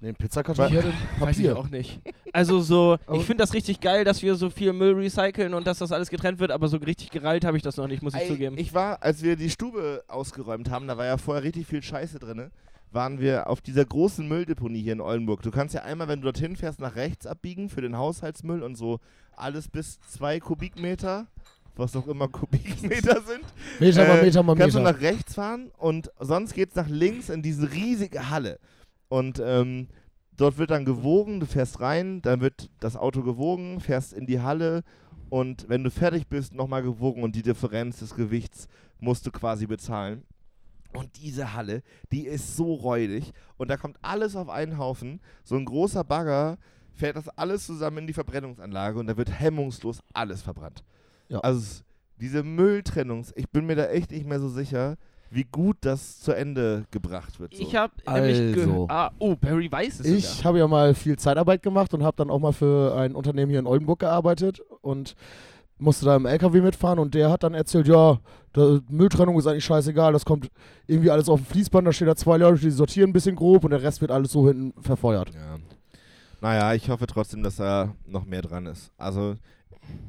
Speaker 3: Nee, ein Pizzakarton.
Speaker 4: Ich
Speaker 3: Ich hätte
Speaker 2: Weiß ich
Speaker 3: Papier.
Speaker 2: auch nicht. Also so,
Speaker 3: Aber-
Speaker 2: ich finde das richtig geil, dass wir so viel Müll recyceln und dass das alles getrennt wird, aber so richtig gereilt habe ich das noch nicht, muss ich
Speaker 4: Ey,
Speaker 2: zugeben.
Speaker 4: Ich war, als wir die Stube ausgeräumt haben, da war ja vorher richtig viel Scheiße drin, waren wir auf dieser großen Mülldeponie hier in Oldenburg. Du kannst ja einmal, wenn du dorthin fährst, nach rechts abbiegen für den Haushaltsmüll und so alles bis zwei Kubikmeter, was auch immer Kubikmeter sind.
Speaker 3: Meter mal
Speaker 4: Äh,
Speaker 3: Meter mal
Speaker 4: kannst du
Speaker 3: Meter.
Speaker 4: nach rechts fahren und sonst geht's nach links in diese riesige Halle. Und ähm, dort wird dann gewogen, du fährst rein, dann wird das Auto gewogen, fährst in die Halle und wenn du fertig bist, nochmal gewogen und die Differenz des Gewichts musst du quasi bezahlen. Und diese Halle, die ist so räudig und da kommt alles auf einen Haufen. So ein großer Bagger fährt das alles zusammen in die Verbrennungsanlage und da wird hemmungslos alles verbrannt.
Speaker 3: Ja.
Speaker 4: Also es- diese Mülltrennungs, ich bin mir da echt nicht mehr so sicher, wie gut das zu Ende gebracht wird. So.
Speaker 2: Ich habe nämlich
Speaker 3: Also.
Speaker 2: gehört. Ah, oh, Barry weiß es sogar.
Speaker 3: Ich habe ja mal viel Zeitarbeit gemacht und habe dann auch mal für ein Unternehmen hier in Oldenburg gearbeitet und musste da im LKW mitfahren und der hat dann erzählt, ja, da, Mülltrennung ist eigentlich scheißegal, das kommt irgendwie alles auf dem Fließband, da stehen da zwei Leute, die sortieren ein bisschen grob und der Rest wird alles so hinten verfeuert.
Speaker 4: Ja. Naja, ich hoffe trotzdem, dass da noch mehr dran ist. Also,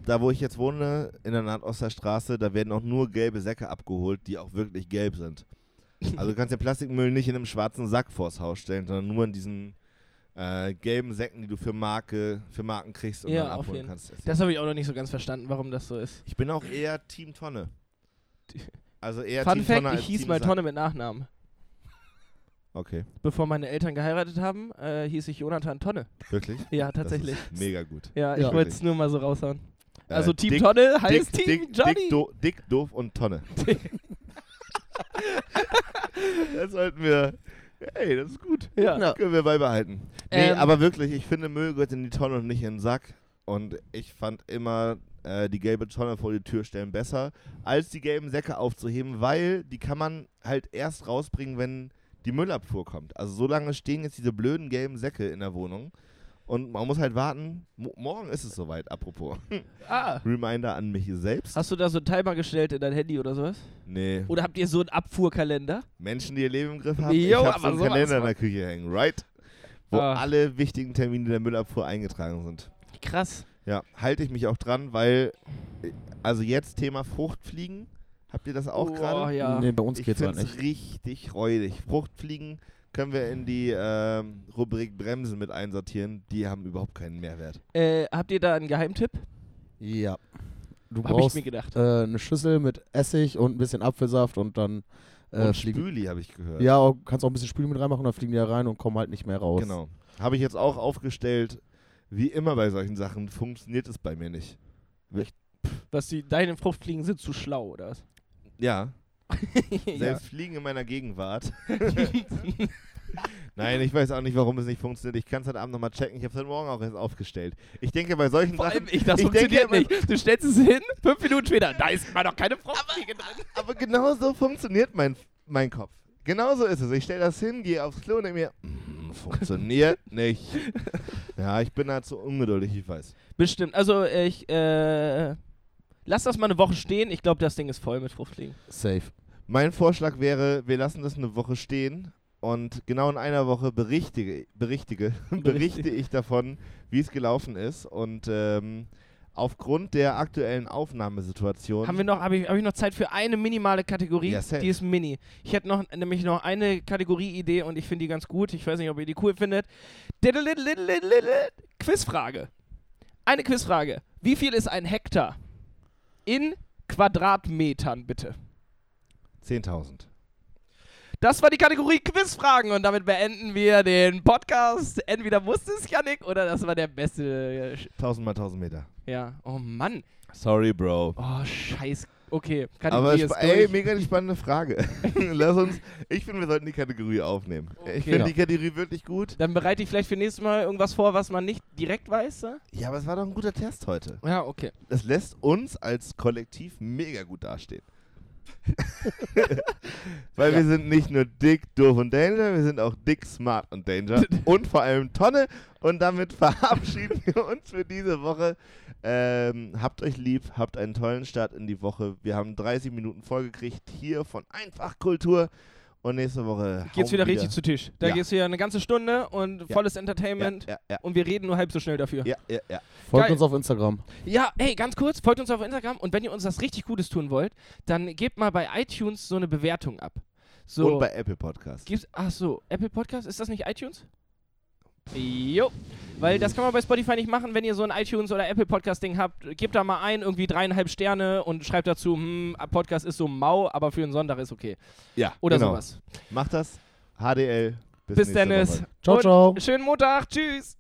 Speaker 4: da wo ich jetzt wohne, in der Nordosterstraße, da werden auch nur gelbe Säcke abgeholt, die auch wirklich gelb sind. Also du kannst den Plastikmüll nicht in einem schwarzen Sack vors Haus stellen, sondern nur in diesen äh, gelben Säcken, die du für Marke, für Marken kriegst und
Speaker 2: Ja,
Speaker 4: dann
Speaker 2: auf
Speaker 4: abholen
Speaker 2: jeden.
Speaker 4: kannst.
Speaker 2: Das habe ich auch noch nicht so ganz verstanden, warum das so ist.
Speaker 4: Ich bin auch eher Team Tonne. Also eher
Speaker 2: Fun
Speaker 4: Team
Speaker 2: Fact,
Speaker 4: Tonne als
Speaker 2: ich hieß
Speaker 4: Team
Speaker 2: mal
Speaker 4: Sack.
Speaker 2: Tonne mit Nachnamen.
Speaker 4: Okay,
Speaker 2: Bevor meine Eltern geheiratet haben, äh, hieß ich Jonathan Tonne.
Speaker 4: wirklich?
Speaker 2: Ja,
Speaker 4: Das
Speaker 2: tatsächlich.
Speaker 4: ist Mega gut.
Speaker 2: Ja, ich
Speaker 3: Ja.
Speaker 2: wollte es nur mal so raushauen.
Speaker 4: Äh,
Speaker 2: also Team
Speaker 4: dick,
Speaker 2: Tonne
Speaker 4: dick,
Speaker 2: heißt Team
Speaker 4: dick,
Speaker 2: Johnny.
Speaker 4: Dick, do, dick, doof und Tonne. Das sollten wir. Hey, das ist gut.
Speaker 2: ja.
Speaker 3: Ja.
Speaker 4: Können wir beibehalten. Nee,
Speaker 2: Ähm.
Speaker 4: aber wirklich, ich finde, Müll gehört in die Tonne und nicht in den Sack. Und ich fand immer äh, die gelbe Tonne vor die Tür stellen besser, als die gelben Säcke aufzuheben, weil die kann man halt erst rausbringen, wenn die Müllabfuhr kommt. Also so lange stehen jetzt diese blöden gelben Säcke in der Wohnung. Und man muss halt warten. Mo morgen ist es soweit, apropos.
Speaker 2: Ah,
Speaker 4: Reminder an mich selbst.
Speaker 2: hast du da so einen Timer gestellt in dein Handy oder sowas?
Speaker 4: Nee,
Speaker 2: Oder habt ihr so einen Abfuhrkalender?
Speaker 4: Menschen, die ihr Leben im Griff haben.
Speaker 2: Jo,
Speaker 4: ich habe so
Speaker 2: aber
Speaker 4: einen
Speaker 2: sowas
Speaker 4: Kalender in
Speaker 2: von.
Speaker 4: der Küche hängen, right? Wo
Speaker 2: Ah.
Speaker 4: alle wichtigen Termine der Müllabfuhr eingetragen sind.
Speaker 2: Krass.
Speaker 4: Ja, halte ich mich auch dran, weil, äh, also jetzt Thema Fruchtfliegen. Habt ihr das auch
Speaker 2: oh,
Speaker 4: gerade?
Speaker 2: ja.
Speaker 3: Nee, bei uns
Speaker 4: Ich
Speaker 3: geht's halt
Speaker 4: finde
Speaker 3: nicht.
Speaker 4: es richtig räudig. Fruchtfliegen können wir in die ähm, Rubrik Bremsen mit einsortieren. Die haben überhaupt keinen Mehrwert.
Speaker 2: Äh, habt ihr da einen Geheimtipp?
Speaker 3: Ja. Du
Speaker 2: Hab ich
Speaker 3: brauchst
Speaker 2: mir gedacht.
Speaker 3: äh, eine Schüssel mit Essig und ein bisschen Apfelsaft und dann äh,
Speaker 4: Und
Speaker 3: fliegen.
Speaker 4: Spüli habe ich gehört.
Speaker 3: Ja, auch- kannst auch ein bisschen Spül mit reinmachen, dann fliegen die da rein und kommen halt nicht mehr raus.
Speaker 4: Genau. Habe ich jetzt auch aufgestellt. Wie immer bei solchen Sachen funktioniert es bei mir nicht.
Speaker 2: Was die, deine Fruchtfliegen sind zu schlau, oder was?
Speaker 4: Ja,
Speaker 2: ja.
Speaker 4: selbst Fliegen in meiner Gegenwart. Nein, ich weiß auch nicht, warum es nicht funktioniert. Ich kann es heute Abend nochmal checken. Ich habe es heute Morgen auch erst aufgestellt. Ich denke, bei solchen
Speaker 2: Vor allem
Speaker 4: Sachen.
Speaker 2: ich, das
Speaker 4: ich
Speaker 2: funktioniert
Speaker 4: denke,
Speaker 2: nicht. Du stellst es hin, fünf Minuten später, da ist mal noch keine Fruchtfliege drin.
Speaker 4: Aber genau so funktioniert mein, mein Kopf. Genau so ist es. Ich stelle das hin, gehe aufs Klo und denke mir, "Mm, funktioniert nicht. Ja, ich bin halt so ungeduldig, ich weiß.
Speaker 2: Bestimmt. Also ich, äh, lass das mal eine Woche stehen. Ich glaube, das Ding ist voll mit Fruchtfliegen.
Speaker 3: Safe.
Speaker 4: Mein Vorschlag wäre, wir lassen das eine Woche stehen und genau in einer Woche berichtige, berichtige, berichte ich davon, wie es gelaufen ist. Und ähm, aufgrund der aktuellen Aufnahmesituation.
Speaker 2: Haben wir noch, habe ich, hab ich noch Zeit für eine minimale Kategorie?
Speaker 4: Ja, safe.
Speaker 2: die ist mini. Ich hätte noch, nämlich noch eine Kategorieidee und ich finde die ganz gut. Ich weiß nicht, ob ihr die cool findet. Diddle-diddle-diddle-diddle-diddle. Quizfrage. Eine Quizfrage. Wie viel ist ein Hektar? In Quadratmetern, bitte.
Speaker 4: 10.000.
Speaker 2: Das war die Kategorie Quizfragen und damit beenden wir den Podcast. Entweder wusste es Janik oder das war der beste. äh, Sch-
Speaker 4: 1000 mal 1000 Meter.
Speaker 2: Ja, oh Mann.
Speaker 4: Sorry, Bro.
Speaker 2: Oh, scheiß Okay,
Speaker 4: Aber
Speaker 2: Kategorie
Speaker 4: spa-
Speaker 2: ist
Speaker 4: ey,
Speaker 2: durch.
Speaker 4: mega die spannende Frage. Lass uns, ich finde, wir sollten die Kategorie aufnehmen.
Speaker 2: Okay.
Speaker 4: Ich finde
Speaker 2: Ja.
Speaker 4: die Kategorie wirklich gut.
Speaker 2: Dann bereite ich vielleicht für nächstes Mal irgendwas vor, was man nicht direkt weiß. ne?
Speaker 4: Ja, aber es war doch ein guter Test heute.
Speaker 2: Ja, okay.
Speaker 4: Das lässt uns als Kollektiv mega gut dastehen. Weil wir sind nicht nur dick, doof und danger, wir sind auch dick, smart und danger und vor allem Tonne. Und damit verabschieden wir uns für diese Woche. Ähm, habt euch lieb, habt einen tollen Start in die Woche. Wir haben 30 Minuten vollgekriegt hier von Einfach Kultur. Und nächste Woche
Speaker 2: Geht's
Speaker 4: hauen
Speaker 2: wieder richtig zu Tisch. Da
Speaker 4: Ja.
Speaker 2: geht's wieder eine ganze Stunde und volles
Speaker 4: ja,
Speaker 2: Entertainment.
Speaker 4: ja, ja,
Speaker 2: Und wir reden nur halb so schnell dafür.
Speaker 4: ja, ja, ja.
Speaker 3: Folgt
Speaker 2: Geil.
Speaker 3: uns auf Instagram.
Speaker 2: Ja, hey, ganz kurz, folgt uns auf Instagram und wenn ihr uns was richtig Gutes tun wollt, dann gebt mal bei iTunes so eine Bewertung ab. So,
Speaker 4: Und bei Apple Podcast.
Speaker 2: gibt's, ach so, Apple Podcast, ist das nicht iTunes? Jo, weil das kann man bei Spotify nicht machen, wenn ihr so ein iTunes oder Apple Podcast Ding habt, gebt da mal ein, irgendwie dreieinhalb Sterne und schreibt dazu, hm, Podcast ist so mau, aber für einen Sonntag ist okay.
Speaker 4: Ja,
Speaker 2: Oder
Speaker 4: genau.
Speaker 2: sowas.
Speaker 4: Macht das. HDL. Bis,
Speaker 2: Bis,
Speaker 4: nächste
Speaker 2: Dennis.
Speaker 4: Woche.
Speaker 3: Ciao,
Speaker 2: Und
Speaker 3: ciao.
Speaker 2: Schönen Montag, tschüss.